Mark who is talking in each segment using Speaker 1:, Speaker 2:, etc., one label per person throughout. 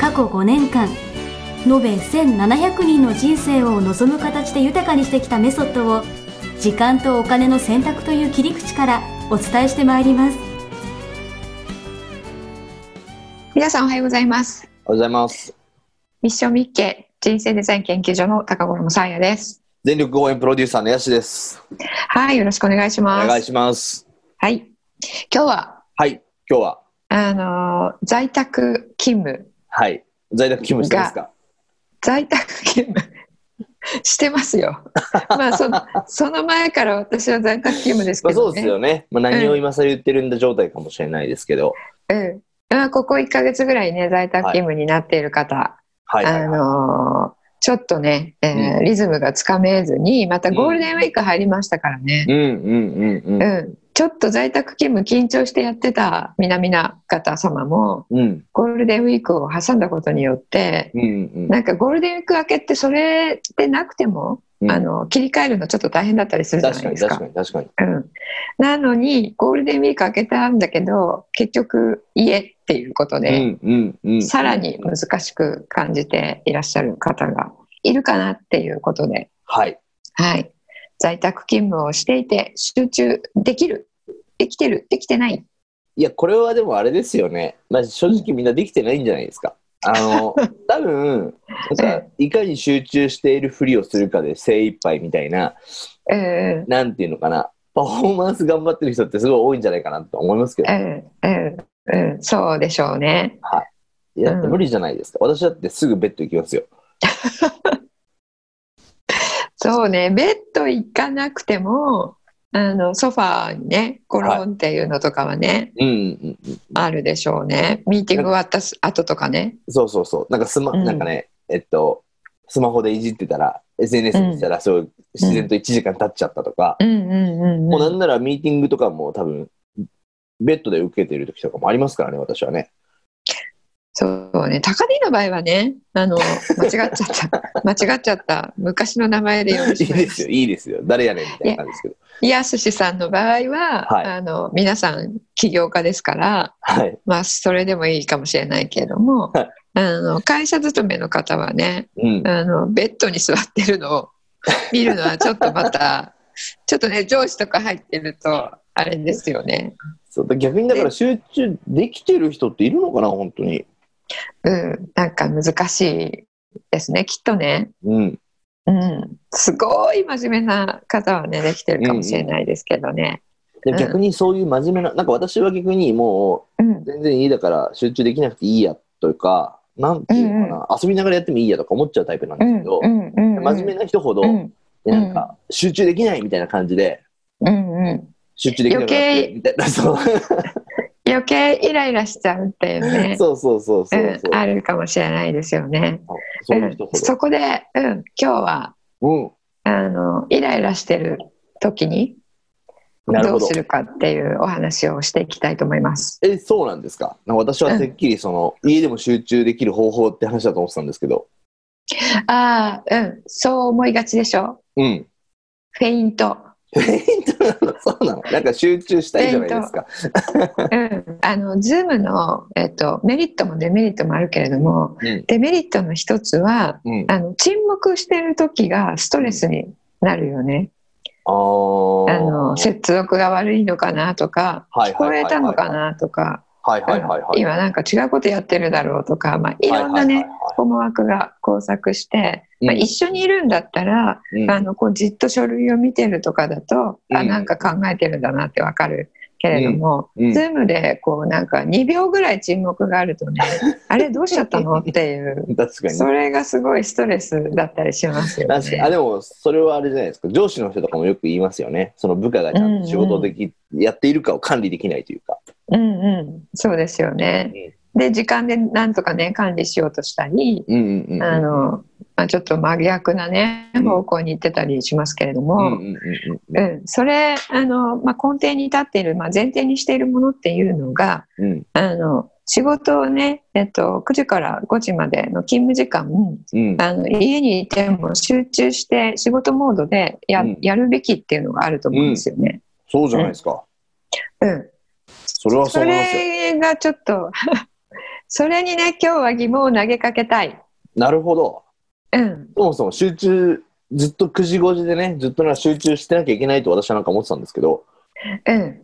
Speaker 1: 過去5年間延べ1700人の人生を望む形で豊かにしてきたメソッドを時間とお金の選択という切り口からお伝えしてまいります
Speaker 2: 皆さんおはようございます。
Speaker 3: おはようございます。
Speaker 2: ミッションミッケ人生デザイン研究所の高頃もさやです。
Speaker 3: 全力応援プロデューサーのヤシです。
Speaker 2: はい、よろしくお願いし
Speaker 3: お
Speaker 2: ます。
Speaker 3: 願いします。
Speaker 2: はい。今日は
Speaker 3: はい、今日は、
Speaker 2: あのー在宅勤務、
Speaker 3: はい、在宅勤務してますか
Speaker 2: 在宅勤務 してますよ。まあそのその前から私は在宅勤務です
Speaker 3: ま
Speaker 2: け
Speaker 3: あそ
Speaker 2: ど
Speaker 3: うで
Speaker 2: ね。
Speaker 3: すよね。まあ何を今更言ってるんだ状態かもしれないですけど。
Speaker 2: うん。まあここ1ヶ月ぐらいね在宅勤務になっている方、
Speaker 3: はい、はい
Speaker 2: あのーちょっとね、えーリズムがつかめずにまたゴールデンウィーク入りましたからね。
Speaker 3: うんうんうんう。
Speaker 2: うんん、ちょっと在宅勤務緊張してやってた南々方様も
Speaker 3: うん
Speaker 2: ゴールデンウィークを挟んだことによって
Speaker 3: うんうん
Speaker 2: なんかゴールデンウィーク明けってそれでなくても、
Speaker 3: うん。
Speaker 2: あの切り替えるのちょっと大変だったりするじゃな
Speaker 3: 確
Speaker 2: い
Speaker 3: か
Speaker 2: で
Speaker 3: に
Speaker 2: す
Speaker 3: 確
Speaker 2: か
Speaker 3: か。に確かに。
Speaker 2: うん、なのにゴールデンウィーク明けたんだけど結局家っていうことで、
Speaker 3: うんうんうん。
Speaker 2: さらに難しく感じていらっしゃる方がいるかなっていうことで、
Speaker 3: はい。
Speaker 2: はい、在宅勤務をしていて集中できるできてるできてない
Speaker 3: いや、これはでもあれですよね。まあ正直みんなできてないんじゃないですか。あ の、多分、なんかいかに集中しているふりをするかで精一杯みたいな。
Speaker 2: え
Speaker 3: なんていうのかな、パフォーマンス頑張ってる人ってすごい多いんじゃないかなと思いますけ
Speaker 2: え
Speaker 3: ど、
Speaker 2: ええそうでしょうね。
Speaker 3: いや
Speaker 2: うん
Speaker 3: 無理じゃないですか。私だってすぐベッド行きますよ。
Speaker 2: そうね、ベッド行かなくても、あのソファーにね、ゴロンっていうのとかはね、
Speaker 3: うんうんうん、
Speaker 2: あるでしょうね。ミーティング終わったす後とかね。
Speaker 3: そうそうそう。なんかスマ、
Speaker 2: うん
Speaker 3: なんかね、えっと、スマホでいじってたら、SNS 見てたら、そういう自然と1時間経っちゃったとか、
Speaker 2: うんうんうん、
Speaker 3: もうな
Speaker 2: うん。
Speaker 3: んならミーティングとかも多分、ベッドで受けてる時とかもありますからね、私はね。
Speaker 2: そうね、高木の場合はね、あ の間違っちゃった、間違っちゃった、昔の名前で呼んで
Speaker 3: いい
Speaker 2: しまい
Speaker 3: で
Speaker 2: ますし
Speaker 3: よ、いいですよ。誰やねんみたいな感じですけど。
Speaker 2: た。やすしさんの場合は、
Speaker 3: はい
Speaker 2: あの皆さん起業家ですから、
Speaker 3: はい。
Speaker 2: まあ、それでもいいかもしれないけれども、
Speaker 3: はい
Speaker 2: あの会社勤めの方はね
Speaker 3: うん。
Speaker 2: あのベッドに座ってるのを見るのはちょっとま たちょっとね上司とか入ってるとあれですよね、
Speaker 3: そう逆にだから集中できてる人っているのかな、本当に。
Speaker 2: うん、なんか難しいですねきっとね、
Speaker 3: うん。
Speaker 2: うん、すごい真面目な方はねできてるかもしれないですけどね。
Speaker 3: で
Speaker 2: うん
Speaker 3: 逆にそういう真面目な、なんか私は逆にも
Speaker 2: うん
Speaker 3: う全然いいだから集中できなくていいやとか、なんていうのかな、遊びながらやってもいいやとか思っちゃうタイプなんですけど、真面目
Speaker 2: な
Speaker 3: な人ほど、
Speaker 2: うん
Speaker 3: なんか集中できないみたいな感じで、
Speaker 2: うんうん、
Speaker 3: 集中できなくなって
Speaker 2: 余計
Speaker 3: みたいな、そう
Speaker 2: 余計イライラしちゃうっていうね、
Speaker 3: そうそうそうそううん
Speaker 2: あるかもしれないですよね。
Speaker 3: そういう人
Speaker 2: うんそこで、うん、今日は
Speaker 3: ほ
Speaker 2: あのイライラしてる時に
Speaker 3: ど。うん。なる
Speaker 2: ど
Speaker 3: ほ
Speaker 2: う
Speaker 3: ど
Speaker 2: す。るかっていうお話をしていきたいと思います。
Speaker 3: え、そうなんですかなんか私はてっきりその、家でも集中できる方法って話だと思ってたんですけど、
Speaker 2: ああ、うん、そう思いがちでしょ。
Speaker 3: うん。
Speaker 2: フェイント、
Speaker 3: そうなのなんか集中したいじゃないですか。
Speaker 2: うん、あのズームのえっとメリットもデメリットもあるけれども、
Speaker 3: うん
Speaker 2: デメリットの一つは
Speaker 3: うん。
Speaker 2: あの沈黙してる時がストレスになるよね。
Speaker 3: あー
Speaker 2: あの接続が悪いのかなとか、
Speaker 3: はい
Speaker 2: 聞
Speaker 3: はい
Speaker 2: こ
Speaker 3: はいはい
Speaker 2: えたのかなとか。
Speaker 3: はいはいはいはい。
Speaker 2: 今なんか違うことやってるだろうとか、まあ、いろんな
Speaker 3: はい
Speaker 2: ね
Speaker 3: は
Speaker 2: 思惑が交錯して、
Speaker 3: い
Speaker 2: まあ、
Speaker 3: はいはい
Speaker 2: 一緒にいるんだったら、
Speaker 3: うん
Speaker 2: あのこうじっと書類を見てるとかだと、あ
Speaker 3: うん
Speaker 2: なんか考えてるんだなってわかるけれども、
Speaker 3: うんうん
Speaker 2: ズームでこうなんか2秒ぐらい沈黙があると ねあれどうしちゃったのっていう
Speaker 3: うん確かに。
Speaker 2: それがすごいストレスだったりしますよ
Speaker 3: 確かにあ
Speaker 2: ね。
Speaker 3: でもそれはあれじゃないですか上司の人とかもよく言いますよねその部下がちゃんと仕事でき、やっているかを管理できないというか、
Speaker 2: うんうん、そうですよね、で時間でなんとかね管理しようとしたり、
Speaker 3: うんうんうん。
Speaker 2: あのまあ、ちょっと真逆なね
Speaker 3: うん
Speaker 2: 方向に行ってたりしますけれど
Speaker 3: う
Speaker 2: も、
Speaker 3: んうんうんう
Speaker 2: うん、それあの、まあ、根底に立っている、まあ、前提にしているものっていうのが
Speaker 3: んうん
Speaker 2: あの仕事をね、えっと、9時から5時までの勤務時間
Speaker 3: うん
Speaker 2: あの家にいても集中して仕事モードでや,、
Speaker 3: うん
Speaker 2: やるべきっていうのがあると思うんですよね。
Speaker 3: そうじゃないですか。
Speaker 2: うん、
Speaker 3: それは
Speaker 2: そ
Speaker 3: そう思いますよ。
Speaker 2: れがちょっと それにね今日は疑問を投げかけたい。
Speaker 3: なるほど。
Speaker 2: うん、
Speaker 3: そもそも集中、ずっと9時5時でね、ずっとなんか集中してなきゃいけないと私はなんか思ってたんですけど、
Speaker 2: うん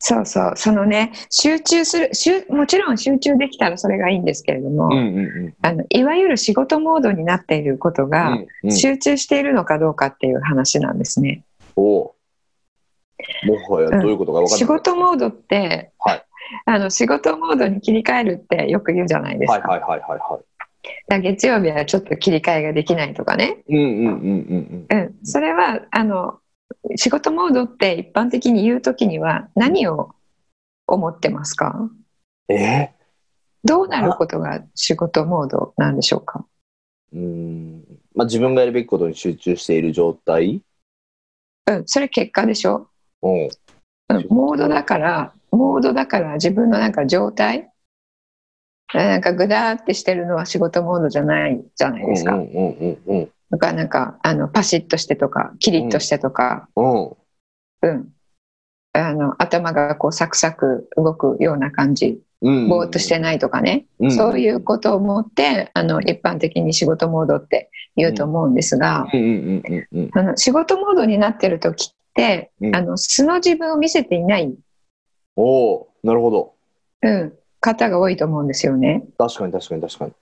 Speaker 2: そうそうそのね集中する集もちろん集中できたらそれがいいんですけれども、
Speaker 3: うんうんうん
Speaker 2: あのいわゆる仕事モードになっていること
Speaker 3: う
Speaker 2: が
Speaker 3: んうん。
Speaker 2: 集中しているのかどうかっていう話なんですね。
Speaker 3: おうもはやどういうことか分かんない。
Speaker 2: 仕事モードって、
Speaker 3: はい
Speaker 2: あの仕事モードに切り替えるってよく言うじゃないですか,、
Speaker 3: はいはいはいはい
Speaker 2: だ
Speaker 3: は
Speaker 2: から月曜日はちょっと切り替えができないとかね、
Speaker 3: い。うんうんうんうん
Speaker 2: うん、それはあの仕事モードって一般的に言う時には何を思ってますか
Speaker 3: うん。え
Speaker 2: どうなることが仕事モードなんでしょうか
Speaker 3: ー、うーん。まあ自分がやるべきことに集中している状態
Speaker 2: うん、それ結果でしょ、
Speaker 3: うん。
Speaker 2: うん、モードだからモードだから自分のなんか状態えなんかグダーってしてるのは仕事モードじゃないじゃないですか、
Speaker 3: うんうんうんうん
Speaker 2: とか、なんか、あの、パシッとしてとか、キリッとしてとか、
Speaker 3: うん。うん。
Speaker 2: うん。あの、頭がこう、サクサク動くような感じ、
Speaker 3: うん
Speaker 2: ぼーっとしてないとかね、
Speaker 3: うん
Speaker 2: そういうことを思って、あの、一般的に仕事モードって言うと思うんですが、
Speaker 3: うんうんうんうん
Speaker 2: あの仕事モードになってる時って、
Speaker 3: うん
Speaker 2: あの、素の自分を見せていない、
Speaker 3: おおなるほど
Speaker 2: うん、方が多いと思うんですよね。
Speaker 3: 確かに確かに確かに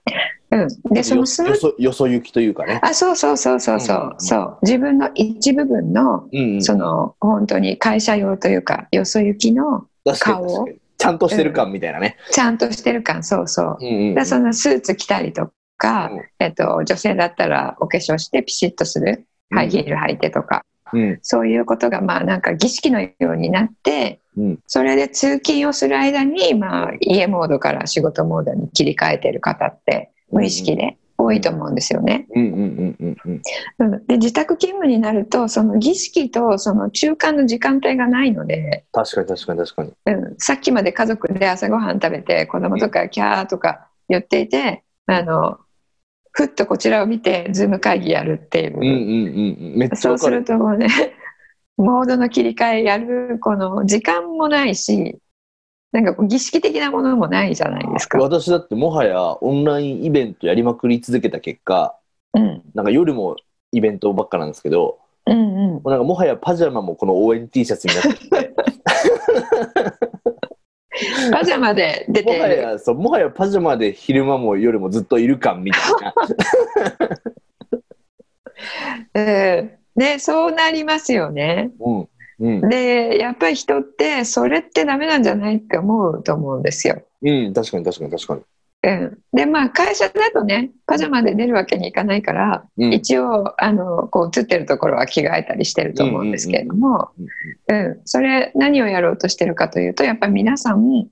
Speaker 2: うん。で、その
Speaker 3: よ
Speaker 2: 素の
Speaker 3: よ、そよそ行きというかね
Speaker 2: あ、そうそうそうそうそ
Speaker 3: うんうん
Speaker 2: う
Speaker 3: う、ん
Speaker 2: そう、自分の一部分の、
Speaker 3: うんうん
Speaker 2: その本当に会社用というかよそ行きの
Speaker 3: 確か
Speaker 2: 顔
Speaker 3: に確かにちゃんとしてる感みたいなね
Speaker 2: ちゃんとしてる感そうそう
Speaker 3: うんうんうん
Speaker 2: だそのスーツ着たりとか、
Speaker 3: うん
Speaker 2: えっと、女性だったらお化粧してピシッとする
Speaker 3: うん
Speaker 2: ハイヒール履いてとか、
Speaker 3: うん
Speaker 2: そういうことがまあなんか儀式のようになって
Speaker 3: うん
Speaker 2: それで通勤をする間に、まあ、家モードから仕事モードに切り替えてる方って無意識で多いと思うんですよね。
Speaker 3: うんうんうんうんうん
Speaker 2: うんで自宅勤務になるとその儀式とその中間の時間帯がないので。
Speaker 3: 確かに確かに確かに
Speaker 2: うん、さっきまで家族で朝ごはん食べて子供とかキャーとか言っていて、あのふっとこちらを見てズーム会議やるっていう、
Speaker 3: うんうんうんうんめっちゃ
Speaker 2: そう
Speaker 3: わ
Speaker 2: す
Speaker 3: か
Speaker 2: る
Speaker 3: る
Speaker 2: ともうね モードの切り替えやるこの時間もないしなんかこう儀式的なものもないじゃないですか。
Speaker 3: 私だってもはやオンラインイベントやりまくり続けた結果
Speaker 2: うん
Speaker 3: なんか夜もイベントばっかなんですけど
Speaker 2: うんうん
Speaker 3: もうなんかもはやパジャマもこの応援 T シャツにな ってきて
Speaker 2: パジャマで出
Speaker 3: もは
Speaker 2: てる
Speaker 3: やそうもはやパジャマで昼間も夜もずっといる感みたいな
Speaker 2: うんねそうなりますよね。
Speaker 3: うんうん
Speaker 2: でやっぱり人ってそれってダメなんじゃないって思うと思うんですよ。
Speaker 3: うん、確かに確かに確かに。
Speaker 2: うん、でまあ会社だとねパジャマで出るわけにいかないから、
Speaker 3: うん、
Speaker 2: 一応あのこう映ってるところは着替えたりしてると思うんですけれども、
Speaker 3: うんうん
Speaker 2: うんそれ何をやろうとしてるかというとやっぱり皆さん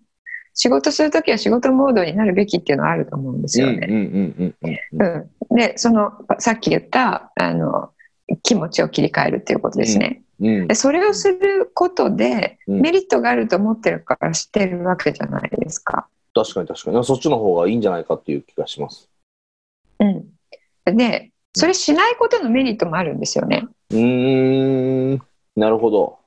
Speaker 2: 仕事する時は仕事モードになるべきっていうのはあると思うんですよ
Speaker 3: うん
Speaker 2: ね。
Speaker 3: うんうんうん
Speaker 2: うん、でそのさっき言ったあの気持ちを切り替えるっていうことですね。
Speaker 3: うんうん
Speaker 2: でそれをすることで
Speaker 3: うん
Speaker 2: メリットがあると思ってるからしてるわけじゃないですか。
Speaker 3: 確かに確かになんかそっちの方がいいんじゃないかっていう気がします
Speaker 2: うん、でそれしないことのメリットもあるんですよね。
Speaker 3: うーんなるほど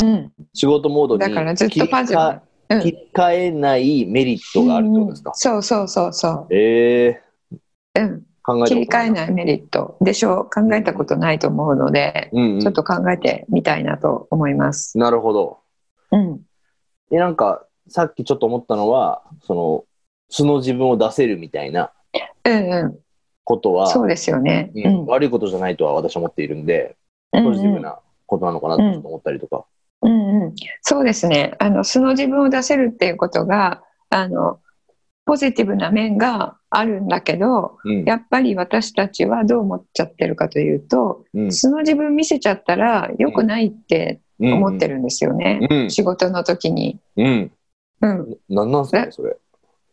Speaker 2: うん、
Speaker 3: 仕事モードに
Speaker 2: だからずっとパジャマ。うん
Speaker 3: 切り替えないメリットがあるってことですか
Speaker 2: うん、そうそうそうそ
Speaker 3: ええ
Speaker 2: う、うん、
Speaker 3: 考えた
Speaker 2: 切
Speaker 3: こ
Speaker 2: り
Speaker 3: とな
Speaker 2: 替
Speaker 3: い
Speaker 2: えないメリットでしょう考えたことないと思うので、
Speaker 3: うん、うん
Speaker 2: ちょっと考えてみたいなと思います。
Speaker 3: なるほど
Speaker 2: うん、
Speaker 3: えなんかさっきちょっと思ったのはその素の自分を出せるみたいな
Speaker 2: うん、うん、
Speaker 3: ことは
Speaker 2: そうですよね。
Speaker 3: う
Speaker 2: うんん、
Speaker 3: 悪いことじゃないとは私は思っているんで
Speaker 2: うん
Speaker 3: ポジティブなことなのかなってちょっと思ったりとか、
Speaker 2: うんうん、そうですねあの素の自分を出せるっていうことがあのポジティブな面があるんだけど
Speaker 3: うん
Speaker 2: やっぱり私たちはどう思っちゃってるかというと
Speaker 3: うん
Speaker 2: 素の自分見せちゃったら良くないって思って
Speaker 3: る。
Speaker 2: るんですよね、
Speaker 3: うん。
Speaker 2: 仕事の時に。
Speaker 3: うん。
Speaker 2: うん、
Speaker 3: なんなんすかね、それ。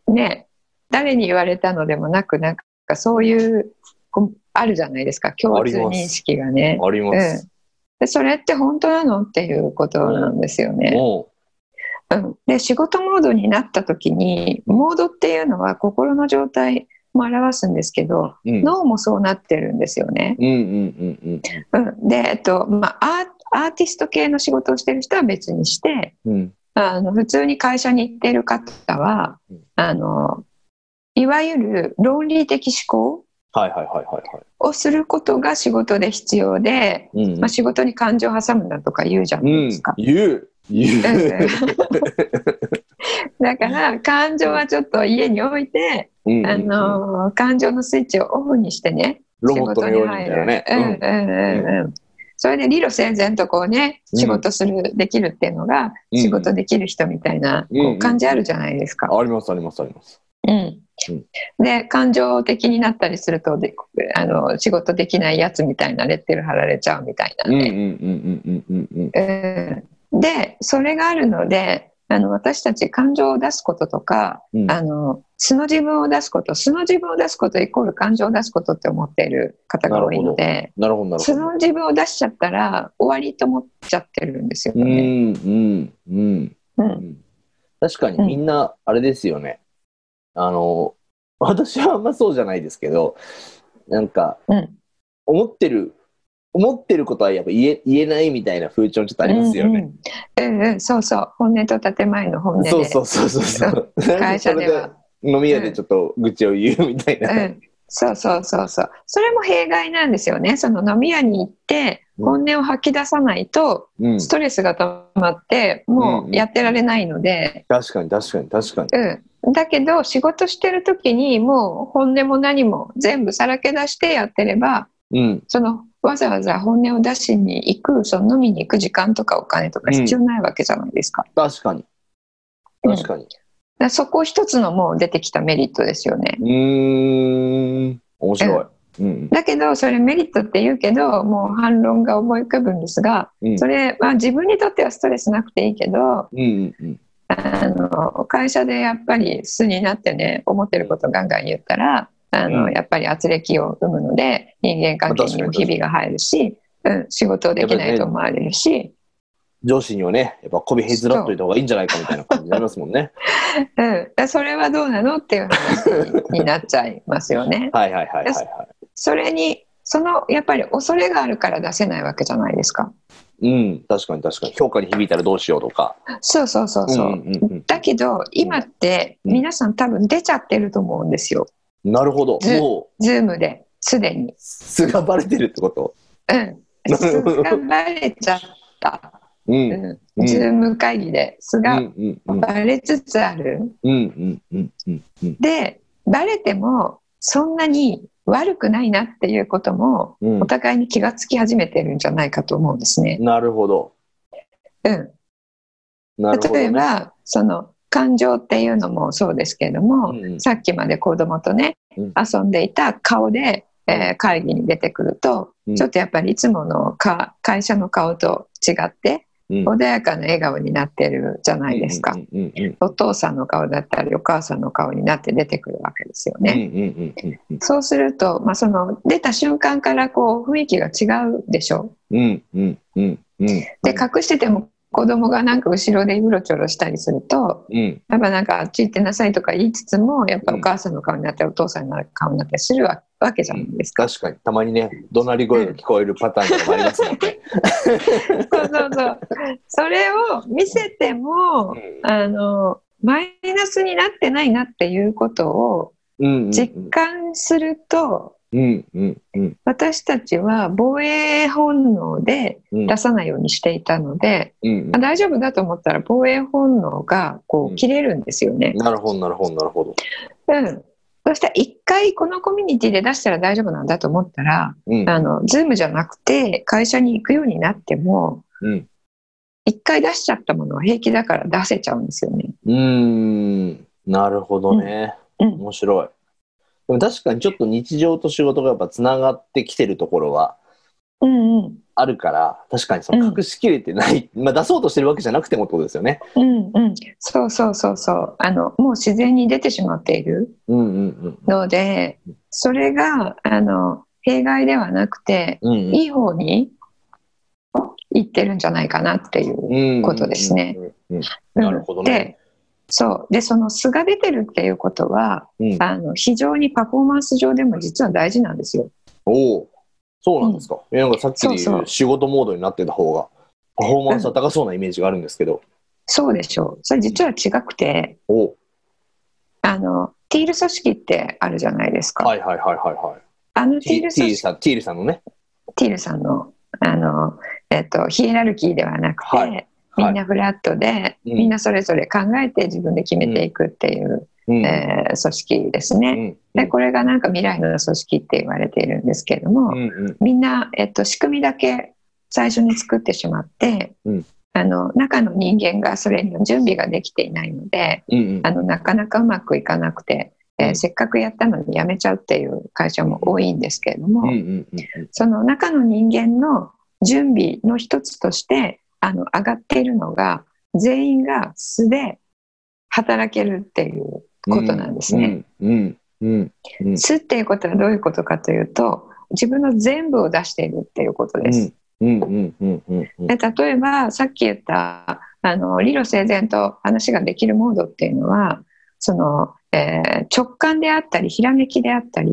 Speaker 2: ね誰に言われたのでもなくなんかそういうこうあるじゃないですか共通認識がね。
Speaker 3: あります。
Speaker 2: でそれって本当なのっていうことなんですよね。
Speaker 3: も
Speaker 2: うん、で仕事モードになった時にモードっていうのは心の状態も表すんですけど
Speaker 3: う、うん、
Speaker 2: 脳もそうなってるんですよね。
Speaker 3: うんうんうん
Speaker 2: うん、で、えっとまあ、アーアーティスト系の仕事をしてる人は別にして
Speaker 3: うんうん
Speaker 2: あの普通に会社に行ってる方は
Speaker 3: うん
Speaker 2: あのいわゆる論理的思考
Speaker 3: はいはいはいはいは
Speaker 2: をすることが仕事で必要で、
Speaker 3: い。うん
Speaker 2: まあ、仕事に感情を挟むなとか言うじゃ
Speaker 3: う
Speaker 2: ないで
Speaker 3: ん
Speaker 2: すか。
Speaker 3: 言う言う。
Speaker 2: だから感情はちょっと家に置いて、
Speaker 3: うん
Speaker 2: あの感情のスイッチをオフにしてね
Speaker 3: ロボットのようにみたいなね。
Speaker 2: 仕事に入るうんうんうんうんそれで理路整然とこうね
Speaker 3: うん
Speaker 2: 仕事する、できるっていうのが
Speaker 3: うん
Speaker 2: 仕事できる人みたいな、
Speaker 3: うん
Speaker 2: こう感じあるじゃないですか。
Speaker 3: ありますありますあります。
Speaker 2: うんで感情的になったりするとであの仕事できないやつみたいなレッテル貼られちゃうみたいな
Speaker 3: うんうんう
Speaker 2: ね、
Speaker 3: んうんうんうんうん。
Speaker 2: うんでそれがあるのであの私たち感情を出すこととか、
Speaker 3: うん
Speaker 2: あの素の自分を出すこと素の自分を出すことイコール感情を出すことって思っている方が多いので。
Speaker 3: なるほどなるほ
Speaker 2: そ
Speaker 3: ど。
Speaker 2: の自分を出しちゃったら終わりと思っちゃってるんですよ
Speaker 3: うん
Speaker 2: ね。
Speaker 3: うんうん
Speaker 2: う
Speaker 3: うんん。確かに
Speaker 2: うん
Speaker 3: みんなあれですよね。あの私はあんまそうじゃないですけど、なんか
Speaker 2: うん
Speaker 3: 思ってる思ってることはやっぱ言え言えないみたいな風潮ちょっとありますよね。
Speaker 2: うんうん、うんうんそうそう本音と建前の本音で
Speaker 3: そうそうそうそうそう。
Speaker 2: 会社では、
Speaker 3: 飲み屋でちょっと愚痴を言うみたいうな。
Speaker 2: ん、そうそうそうそうそれも弊害なんですよねその飲み屋に行って
Speaker 3: うん
Speaker 2: 本音を吐き出さないと
Speaker 3: うん、
Speaker 2: ストレスが溜まって
Speaker 3: うん
Speaker 2: も
Speaker 3: う
Speaker 2: う
Speaker 3: ん
Speaker 2: やってられないので、
Speaker 3: 確かに確かに確かに。
Speaker 2: うん、だけど仕事してる時にもう本音も何も全部さらけ出してやってれば
Speaker 3: うん、
Speaker 2: そのわざわざ本音を出しに行くその飲みに行く時間とかお金とか必要ないわけじゃないですか,、
Speaker 3: 確かに。
Speaker 2: うん
Speaker 3: 確かに。
Speaker 2: だからそこ一つのもう出てきたメリットですよね
Speaker 3: うーん、面白い。うん、
Speaker 2: だけどそれメリットって言うけどもう反論が思い浮かぶんですが
Speaker 3: うん、
Speaker 2: それは自分にとってはストレスなくていいけど
Speaker 3: うん、うん、うん。
Speaker 2: あの会社でやっぱり素になってね思ってることガンガン言ったらあの、
Speaker 3: うん
Speaker 2: やっぱり圧力を生むので人間関係にもひびが入るし、うん、仕事できないと思われるし。
Speaker 3: 上司にはね、やっぱ媚びへずらっといた方がいいんじゃないかみたいな感じになりますもん ね。
Speaker 2: うん、だそれはどうなのっていう話にになっちゃいますよね。
Speaker 3: はいはいはいはい、は
Speaker 2: それにそのやっぱり恐れがあるから出せないわけじゃないですか。
Speaker 3: い。うん、確かに確かに。評価に響いたらどうしようとか。
Speaker 2: そうそうそうそう。
Speaker 3: んうんうん
Speaker 2: だけど今って
Speaker 3: うん
Speaker 2: 皆さん多分出ちゃってると思うんですよ。
Speaker 3: うん、なるほど。
Speaker 2: ず
Speaker 3: もう、
Speaker 2: ズームですでに。
Speaker 3: 素がバレてるってこと。
Speaker 2: うん。素がバレちゃった。
Speaker 3: う、
Speaker 2: うんん
Speaker 3: う。ん
Speaker 2: ズーム会議で素
Speaker 3: うん、う
Speaker 2: が
Speaker 3: ん、うん、
Speaker 2: バレつつある。
Speaker 3: うん、うん、うん、うん、
Speaker 2: でバレてもそんなに悪くないなっていうことも
Speaker 3: うん
Speaker 2: お。互いに気がつき始めてるんじゃないかと思うんですね。
Speaker 3: なるほど。
Speaker 2: うん、
Speaker 3: なるほど、
Speaker 2: 例
Speaker 3: ね。
Speaker 2: えば、その感情っていうのもそうですけれども、
Speaker 3: うんうん
Speaker 2: さっきまで子供とね、
Speaker 3: うん
Speaker 2: 遊んでいた顔で、えー会議に出てくると、
Speaker 3: うん
Speaker 2: ちょっとやっぱりいつものか会社の顔と違って
Speaker 3: うん
Speaker 2: 穏やかな笑顔になってるじゃないですか。
Speaker 3: うん、うん、うん、
Speaker 2: お父さんの顔だったりお母さんの顔になって出てくるわけですよ
Speaker 3: うん、う
Speaker 2: ね。
Speaker 3: ん、うん、うん、うん。
Speaker 2: そうすると、まあ、その出た瞬間からこう雰囲気が違うでしょ
Speaker 3: うんうんうんうん。
Speaker 2: で隠してても子供がなんか後ろでうろちょろしたりすると
Speaker 3: うん
Speaker 2: やっぱなんかあっち行ってなさいとか言いつつもやっぱお母さんの顔になったりお父さんの顔になったりするわわけじゃないですか。
Speaker 3: 確かにたまにね怒鳴り声が聞こえるパターンとかもありますもんね。
Speaker 2: そうそうそうそれを見せてもあのマイナスになってないなっていうことを
Speaker 3: うん
Speaker 2: 実感すると
Speaker 3: うんうんうん
Speaker 2: 私たちは防衛本能で
Speaker 3: うん
Speaker 2: 出さないようにしていたので
Speaker 3: うん
Speaker 2: あ大丈夫だと思ったら防衛本能がこ
Speaker 3: うん
Speaker 2: う切れるんですよね。
Speaker 3: なるほどなるほどなるほど。
Speaker 2: うん、そしたら一回このコミュニティで出したら大丈夫なんだと思ったら、
Speaker 3: うん
Speaker 2: あの、ズームじゃなくて会社に行くようになっても、
Speaker 3: うん
Speaker 2: 一回出しちゃったものは平気だから出せちゃうんですよね。
Speaker 3: うーんなるほどね。
Speaker 2: うん、
Speaker 3: 面白い。でも確かにちょっと日常と仕事がやっぱつながってきてるところは
Speaker 2: うん、うん。
Speaker 3: あるから、確かにその隠しきれてない、まあ出そうとしてるわけじゃなくてもってことですよね。
Speaker 2: うんうん、そうそうそうそうあのもう自然に出てしまっている
Speaker 3: うんうんうん。
Speaker 2: のでそれがあの弊害ではなくて
Speaker 3: うんうん
Speaker 2: いい方にいってるんじゃないかなっていう。ことですね
Speaker 3: うんうんうんうん。なるほどね。
Speaker 2: でそうでその素が出てるっていうことは
Speaker 3: うん、
Speaker 2: あの非常にパフォーマンス上でも実は大事なんですよ。
Speaker 3: おお、そうなんですか。えなんかさっき
Speaker 2: そ
Speaker 3: で
Speaker 2: う
Speaker 3: 言
Speaker 2: そうう
Speaker 3: 仕事モードになってた方がパフォーマンスは高そうなイメージがあるんですけど。
Speaker 2: そうでしょうそれ実は違くて
Speaker 3: おお、
Speaker 2: あのティール組織ってあるじゃないですか。
Speaker 3: はいはいはいはいはい。
Speaker 2: あのティ
Speaker 3: T
Speaker 2: ール
Speaker 3: T
Speaker 2: 組織
Speaker 3: さん、T さんのね。
Speaker 2: ティールさんのあの、えっと、ヒエラルキーではなくて、
Speaker 3: はい
Speaker 2: み
Speaker 3: はい
Speaker 2: んなフラットで、
Speaker 3: うん
Speaker 2: みんなそれぞれ考えて自分で決めていくっていう、
Speaker 3: うん
Speaker 2: えー組織です
Speaker 3: う
Speaker 2: ね。
Speaker 3: ん
Speaker 2: でこれがなんか未来の組織って言われているんですけれども、
Speaker 3: うんうん
Speaker 2: みんな、えっと、仕組みだけ最初に作ってしまって、
Speaker 3: うん
Speaker 2: あの中の人間がそれの準備ができていないので
Speaker 3: うんうん
Speaker 2: あのなかなかうまくいかなくて、えー
Speaker 3: うん
Speaker 2: せっかくやったのにやめちゃうっていう会社も多いんですけれども、
Speaker 3: うんうんうん
Speaker 2: その中の人間の準備の一つとしてあの上がっているのが全員が素で働けるっていうことなんですね。。
Speaker 3: うんうんうん
Speaker 2: 素っていうことはどういうことかというと自分の全部を出しているっていうこと
Speaker 3: う
Speaker 2: です。
Speaker 3: んうんうんうんうんうん
Speaker 2: で例えばさっき言ったあの理路整然と話ができるモードっていうのはその、えー直感であったりひらめきであったり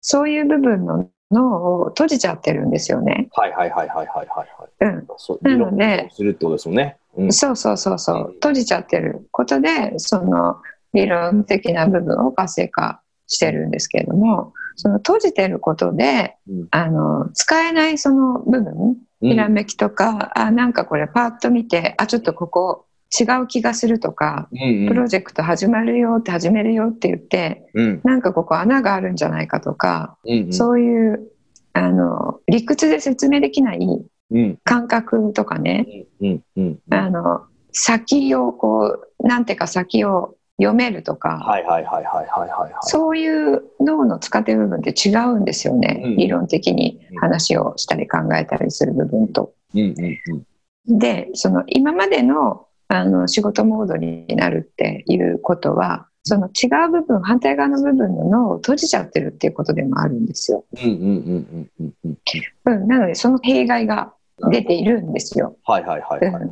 Speaker 2: そういう部分の脳を閉じちゃってるんですよね。
Speaker 3: はいはいはいはいはいはいはい。
Speaker 2: うん、
Speaker 3: そう
Speaker 2: な
Speaker 3: 理
Speaker 2: の
Speaker 3: 論
Speaker 2: で
Speaker 3: をするってことですもんね。うん
Speaker 2: そうそうそうそううん閉じちゃってることでその理論的な部分を活性化してるんですけれどもその閉じてることで、
Speaker 3: うん
Speaker 2: あの使えないその部分
Speaker 3: うん
Speaker 2: ひらめきとか、あなんかこれパッと見てあちょっとここ違う気がするとか
Speaker 3: うん
Speaker 2: プ
Speaker 3: うん
Speaker 2: ロジェクト始まるよって始めるよって言って
Speaker 3: うん
Speaker 2: なんかここ穴があるんじゃないかとか、
Speaker 3: うん
Speaker 2: そういうあの理屈で説明できない
Speaker 3: うん
Speaker 2: 感覚とかね、
Speaker 3: うんうん
Speaker 2: あの先をこうなんていうか先を読めるとか、
Speaker 3: はいはいはいはいはいはいはい。
Speaker 2: そういう脳の使ってる部分って違うんですよね、
Speaker 3: うん
Speaker 2: 理論的に
Speaker 3: うん
Speaker 2: 話をしたり考えたりする部分と。
Speaker 3: うんうんうん
Speaker 2: でその今までのあの仕事モードになるっていうことはその違う部分反対側の部分の脳を閉じちゃってるっていうことでもあるんですよ。
Speaker 3: うんうんうんうんうんうん。
Speaker 2: うん、なのでその弊害が出ているんですよ。
Speaker 3: はいはいはいはい。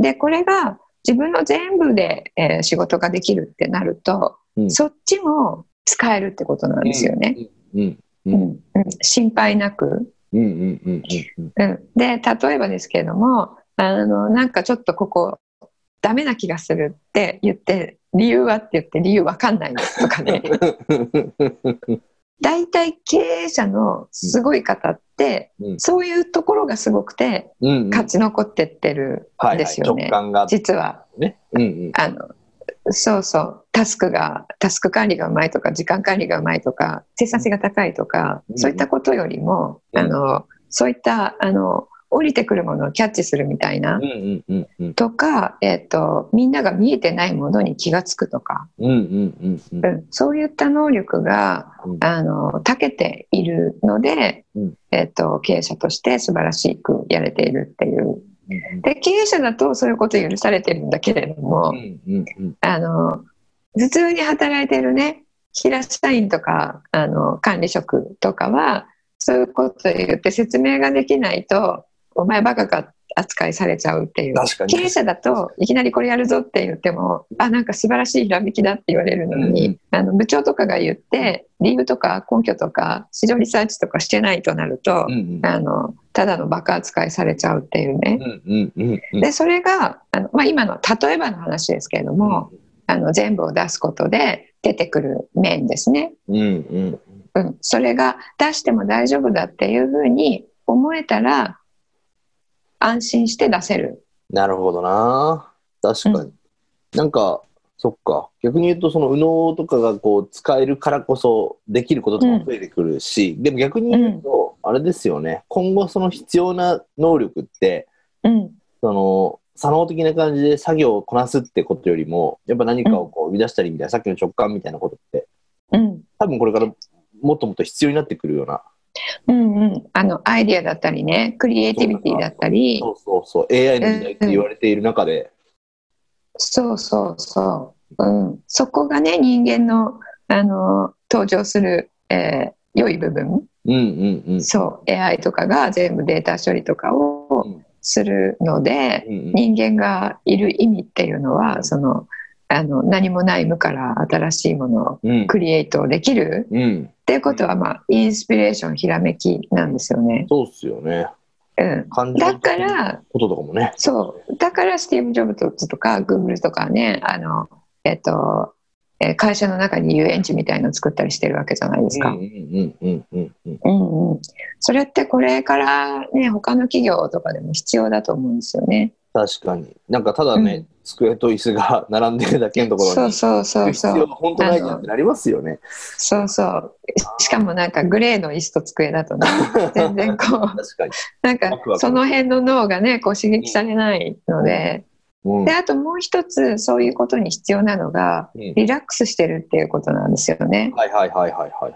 Speaker 2: でこれが自分の全部で、えー仕事ができるってなると、
Speaker 3: うん
Speaker 2: そっちも使えるってことなんですよね。
Speaker 3: うんう
Speaker 2: うんんうん心配なく、
Speaker 3: うんうんうんうん
Speaker 2: うん、で例えばですけれどもあのなんかちょっとここダメな気がするって言って理由はって言って理由わかんないですとかね 大体経営者のすごい方って、
Speaker 3: うん
Speaker 2: そういうところがすごくて
Speaker 3: うんうん。
Speaker 2: 勝ち残ってってる
Speaker 3: は
Speaker 2: ん
Speaker 3: い
Speaker 2: で
Speaker 3: はい
Speaker 2: すよね、
Speaker 3: 直感が
Speaker 2: 実は。
Speaker 3: ね。うんうん
Speaker 2: あのそうそうタスクがタスク管理がうまいとか時間管理がうまいとか生産性が高いとか、
Speaker 3: うん
Speaker 2: そういったことよりも、
Speaker 3: うん
Speaker 2: あのそういったあの降りてくるものをキャッチするみたいな、
Speaker 3: うんうんうんうん
Speaker 2: とか、えっとみんなが見えてないものに気が付くとか、
Speaker 3: うんうんうんうん
Speaker 2: うんそういった能力が
Speaker 3: うん
Speaker 2: あの長けているので、
Speaker 3: うん
Speaker 2: えっと経営者として素晴らしくやれているっていう
Speaker 3: うん
Speaker 2: で経営者だとそういうこと許されてるんだけれども、
Speaker 3: うんうんうん
Speaker 2: あの普通に働いてるね平社員とかあの管理職とかはそういうこと言って説明ができないとお前バカか扱いされちゃうっていう
Speaker 3: 確かに
Speaker 2: 経営者だといきなりこれやるぞって言ってもあなんか素晴らしいひらめきだって言われるのに、
Speaker 3: うん
Speaker 2: あの部長とかが言って理由とか根拠とか市場リサーチとかしてないとなると
Speaker 3: う、ん
Speaker 2: あのただのバカ扱いされちゃうっていうね
Speaker 3: う、んうんうんうん
Speaker 2: でそれがあの、まあ、今の例えばの話ですけれども、あの全部を出すことで出てくる面ですね、
Speaker 3: うんうん
Speaker 2: うん、それが出しても大丈夫だっていうふうに思えたら安心して出せる、
Speaker 3: なるほどな確かに、
Speaker 2: う
Speaker 3: なんかそっか逆に言うとその右脳とかがこう使えるからこそできることとかも増えてくるし、でも逆に言うと、あれですよね今後その必要な能力って
Speaker 2: うん
Speaker 3: その作能的な感じで作業をこなすってことよりもやっぱ何かをこう生み出したりみたいな、さっきの直感みたいなことって
Speaker 2: うん、
Speaker 3: 多分これからもっともっと必要になってくるような
Speaker 2: うんうん、あのアイディアだったりねクリエイティビティだったり
Speaker 3: そうそうそう AI の時代って言われている中で、
Speaker 2: そうそうそう、うん、そこがね人間のあの登場する、えー良い部分
Speaker 3: うんうんうん
Speaker 2: そう AI とかが全部データ処理とかを
Speaker 3: うん
Speaker 2: するので、
Speaker 3: うんうん
Speaker 2: 人間がいる意味っていうのはそのあの何もない無から新しいものを
Speaker 3: うん
Speaker 2: クリエイトできる
Speaker 3: うん
Speaker 2: っていうことは、まあ、インスピレーションひらめきなんですよね。
Speaker 3: そうっすよね
Speaker 2: うん、
Speaker 3: 感情
Speaker 2: だ
Speaker 3: 的
Speaker 2: か
Speaker 3: な
Speaker 2: ら
Speaker 3: こととかもね
Speaker 2: そうだからスティーブ・ジョブズとかグーグルとかねあの、えっとえー会社の中に遊園地みたいの作ったりしてるわけじゃないですか。
Speaker 3: うんうんうんうんうん
Speaker 2: うんうん、それってこれからね他の企業とかでも必要だと思うんですよね。
Speaker 3: 確かになんかただね、
Speaker 2: うん
Speaker 3: 机と椅子が並んでるだけのところ
Speaker 2: そう
Speaker 3: に
Speaker 2: そうそう
Speaker 3: 必
Speaker 2: そ
Speaker 3: 要
Speaker 2: う
Speaker 3: が本当ないじゃんってなりますよね
Speaker 2: そうそうしかもなんかグレーの椅子と机だとね全然こう
Speaker 3: 確かに、
Speaker 2: なんか
Speaker 3: ワクワク
Speaker 2: その辺の脳がねこう刺激されないので、
Speaker 3: うん
Speaker 2: であともう一つそういうことに必要なのが
Speaker 3: うん
Speaker 2: リラックスしてるっていうことなんですよね。
Speaker 3: はいはいはいはいはいは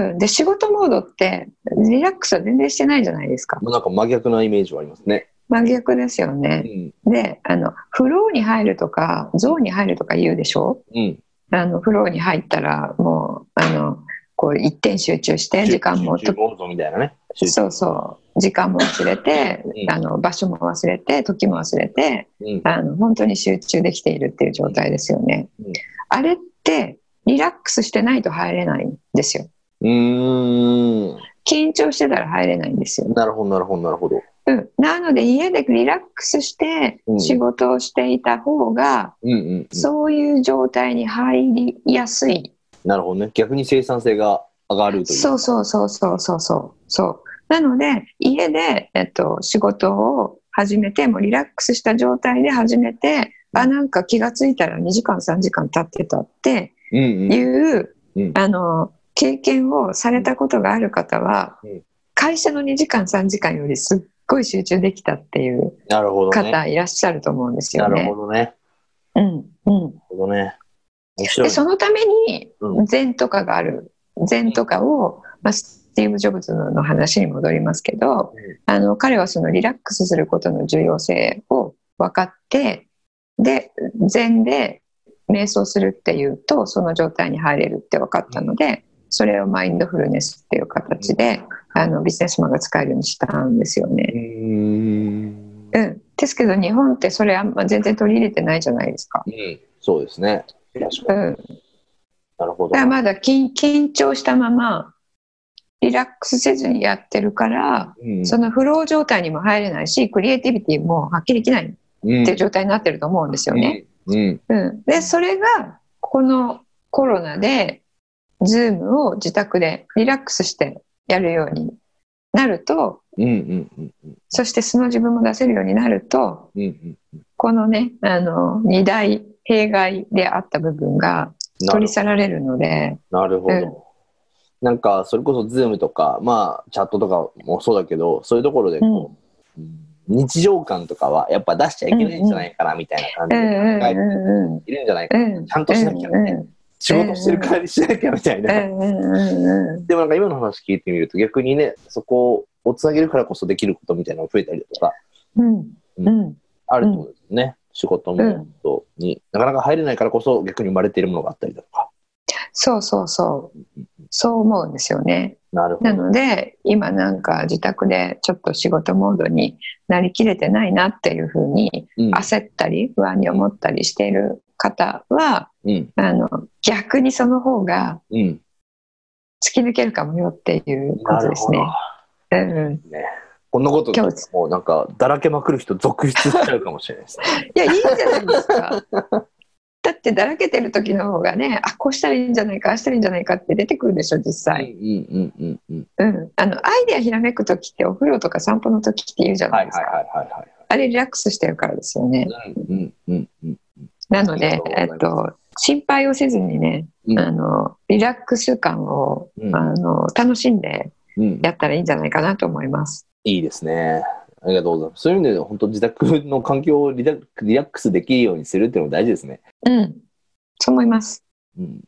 Speaker 3: い
Speaker 2: うん、で仕事モードってリラックスは全然してないじゃないですか
Speaker 3: もうなんか真逆なイメージはありますね、
Speaker 2: 真逆ですよね。
Speaker 3: うん
Speaker 2: であのフローに入るとかゾーンに入るとか言うでしょ
Speaker 3: うん、
Speaker 2: あのフローに入ったらもうあのこう一点集中して時間も
Speaker 3: 集中モードみたいなね集中
Speaker 2: そうそう時間も忘れて、
Speaker 3: うん
Speaker 2: あの場所も忘れて時も忘れて
Speaker 3: うん
Speaker 2: あの本当に集中できているっていう状態ですよね、
Speaker 3: うん
Speaker 2: あれってリラックスしてないと入れないんですよ
Speaker 3: うーん
Speaker 2: 緊張してたら入れないんですよ、
Speaker 3: なるほどなるほどなるほど
Speaker 2: うん、なので家でリラックスして
Speaker 3: うん
Speaker 2: 仕事をしていた方が、
Speaker 3: うんうんうん
Speaker 2: そういう状態に入りやすい。
Speaker 3: なるほどね逆に生産性が上がるという
Speaker 2: そうそうそうそうそうそう。そうなので、家で、えっと、仕事を始めて、もうリラックスした状態で始めて、あ、なんか気がついたら2時間3時間経ってたって
Speaker 3: うんうん
Speaker 2: いう、
Speaker 3: うん
Speaker 2: あの、経験をされたことがある方は
Speaker 3: うん、
Speaker 2: 会社の2時間3時間よりすっごい集中できたっていう
Speaker 3: なるほどね
Speaker 2: 方いらっしゃると思うんです
Speaker 3: な
Speaker 2: よ
Speaker 3: る
Speaker 2: ね
Speaker 3: ほ。どね
Speaker 2: うん。うん。
Speaker 3: なるほどね面白い
Speaker 2: でそのために
Speaker 3: う
Speaker 2: 禅とかがある禅とかを、まあ、スティーブ・ジョブズの話に戻りますけど、
Speaker 3: うん
Speaker 2: あの彼はそのリラックスすることの重要性を分かってで禅で瞑想するっていうとその状態に入れるって分かったのでそれをマインドフルネスっていう形であのビジネスマンが使えるようにしたんですよね。
Speaker 3: うーん
Speaker 2: うん、ですけど日本ってそれあんま全然取り入れてないじゃないですか。
Speaker 3: うんそうですね確か
Speaker 2: う
Speaker 3: に
Speaker 2: ん
Speaker 3: なるほど
Speaker 2: だからまだ緊緊張したままリラックスせずにやってるから、
Speaker 3: うん
Speaker 2: そのフロー状態にも入れないしクリエイティビティも発揮できないっ
Speaker 3: うん
Speaker 2: ていう状態になってると思うんですよね。
Speaker 3: うん
Speaker 2: うん、でそれがこのコロナで Zoom を自宅でリラックスしてやるようになると
Speaker 3: うんうんうん
Speaker 2: そして素の自分も出せるようになると
Speaker 3: うんうん
Speaker 2: このねあの2大弊害であった部分が
Speaker 3: な
Speaker 2: 取
Speaker 3: る
Speaker 2: り去られるので。
Speaker 3: なるほ
Speaker 2: うん
Speaker 3: どなんかそれこそズームとかまあチャットとかもそうだけどそういうところで
Speaker 2: うん
Speaker 3: こう日常感とかはやっぱ出しちゃいけないんじゃないかなみたいな感
Speaker 2: う
Speaker 3: じ
Speaker 2: んうん
Speaker 3: で
Speaker 2: うんうん
Speaker 3: いるんじゃないか
Speaker 2: うん
Speaker 3: ちゃんとしなきゃみたいな仕事してるからにしなきゃみたいな
Speaker 2: うんうんうんうん
Speaker 3: でもなんか今の話聞いてみると逆にねそこをつなげるからこそできることみたいなのが増えたりとか
Speaker 2: うんうん
Speaker 3: あるってことですね、仕事もそうになかなか入れないからこそ逆に生まれているものがあったりだとか
Speaker 2: そうそうそうそう思うんですよね
Speaker 3: なるほど
Speaker 2: なので今なんか自宅でちょっと仕事モードになりきれてないなっていうふうに
Speaker 3: うん
Speaker 2: 焦ったり不安に思ったりしている方は
Speaker 3: うん
Speaker 2: あの逆にその方が
Speaker 3: うん
Speaker 2: 突き抜けるかもよっていうこ
Speaker 3: な
Speaker 2: と
Speaker 3: る
Speaker 2: です
Speaker 3: ほど
Speaker 2: ね。うんうん、
Speaker 3: こんなこと
Speaker 2: 今日
Speaker 3: もうなんかだらけまくる人続出しちゃうかもしれないですね
Speaker 2: いやいいんじゃないですかだってだらけてる時の方がねあこうしたらいいんじゃないかああしたらいいんじゃないかって出てくるでしょ実際。
Speaker 3: うんうんうんうん
Speaker 2: うん、あのアイデアひらめく時ってお風呂とか散歩の時って言うじゃな
Speaker 3: はいい
Speaker 2: で
Speaker 3: はい
Speaker 2: すか、
Speaker 3: はいはいは
Speaker 2: あれリラックスしてるからですよね、
Speaker 3: いうんうんうん
Speaker 2: なので、
Speaker 3: そう
Speaker 2: えっと、心配をせずにね、
Speaker 3: うん
Speaker 2: あのリラックス感を、
Speaker 3: うん
Speaker 2: あの楽しんで
Speaker 3: うん
Speaker 2: やったらいいんじゃないかなと思います
Speaker 3: いいですねありがとうございますそういう意味で本当自宅の環境をリラリラックスできるようにするっていうのも大事ですね
Speaker 2: うんそう思います
Speaker 3: うん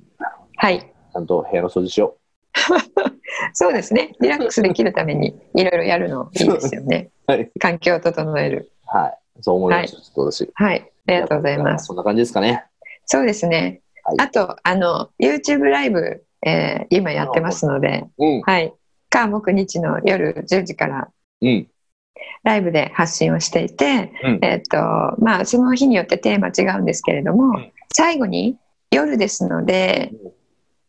Speaker 2: はい
Speaker 3: ちゃんと部屋の掃除しよ
Speaker 2: そうですね。リラックスできるためにいろいろやるのいいですよ ね。
Speaker 3: はい。
Speaker 2: 環境を整える。
Speaker 3: はい。そう思いました。ちょっと私。
Speaker 2: はい。ありがとうございます。
Speaker 3: そんな感じですかね。
Speaker 2: そうですね。
Speaker 3: はい
Speaker 2: あと、あの、YouTube ライブ、えー今やってますので、
Speaker 3: うん。
Speaker 2: はい。火木日の夜10時から
Speaker 3: うん。
Speaker 2: ライブで発信をしていて、
Speaker 3: うん
Speaker 2: えっ、と、まあ、その日によってテーマ違うんですけれども、
Speaker 3: うん
Speaker 2: 最後に夜ですので、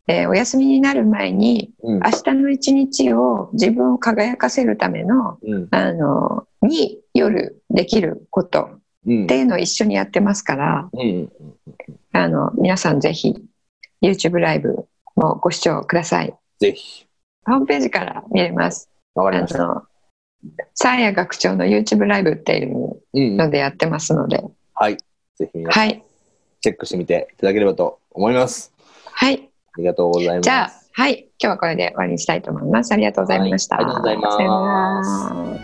Speaker 2: えーお休みになる前に、
Speaker 3: うん。
Speaker 2: 明日の一日を自分を輝かせるための、
Speaker 3: うん。
Speaker 2: あの、に夜できること
Speaker 3: うん
Speaker 2: って。いうのを一緒にやってますから、
Speaker 3: うん。
Speaker 2: あの、皆さんぜひ、YouTube ライブもご視聴ください。
Speaker 3: ぜひ。
Speaker 2: ホームページから見れます。
Speaker 3: わか
Speaker 2: あ
Speaker 3: りました。
Speaker 2: の、サーヤ学長の YouTube ライブっていう
Speaker 3: うん。
Speaker 2: のでやってますので、
Speaker 3: はい。ぜひ皆さん
Speaker 2: はい。
Speaker 3: チェックしてみていただければと思います。
Speaker 2: はい。
Speaker 3: ありがとうございます。
Speaker 2: じゃあ、はい。今日はこれで終わりにしたいと思います。ありがとうございました。
Speaker 3: はいありがとうございます
Speaker 2: さよな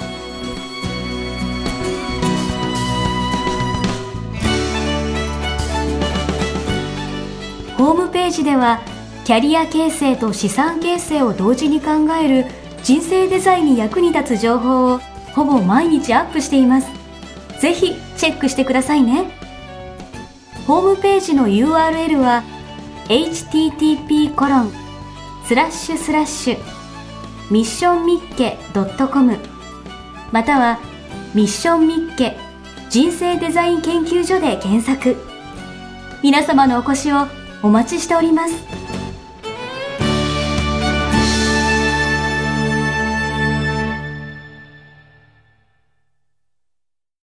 Speaker 2: ら
Speaker 1: ホームページではキャリア形成と資産形成を同時に考える人生デザインに役に立つ情報をほぼ毎日アップしています。ぜひチェックしてくださいね。ホームページの URL は http コロンスラッシュスラッシュミッションミッケ .com またはミッションミッケ人生デザイン研究所で検索。皆様のお越しをお待ちしております。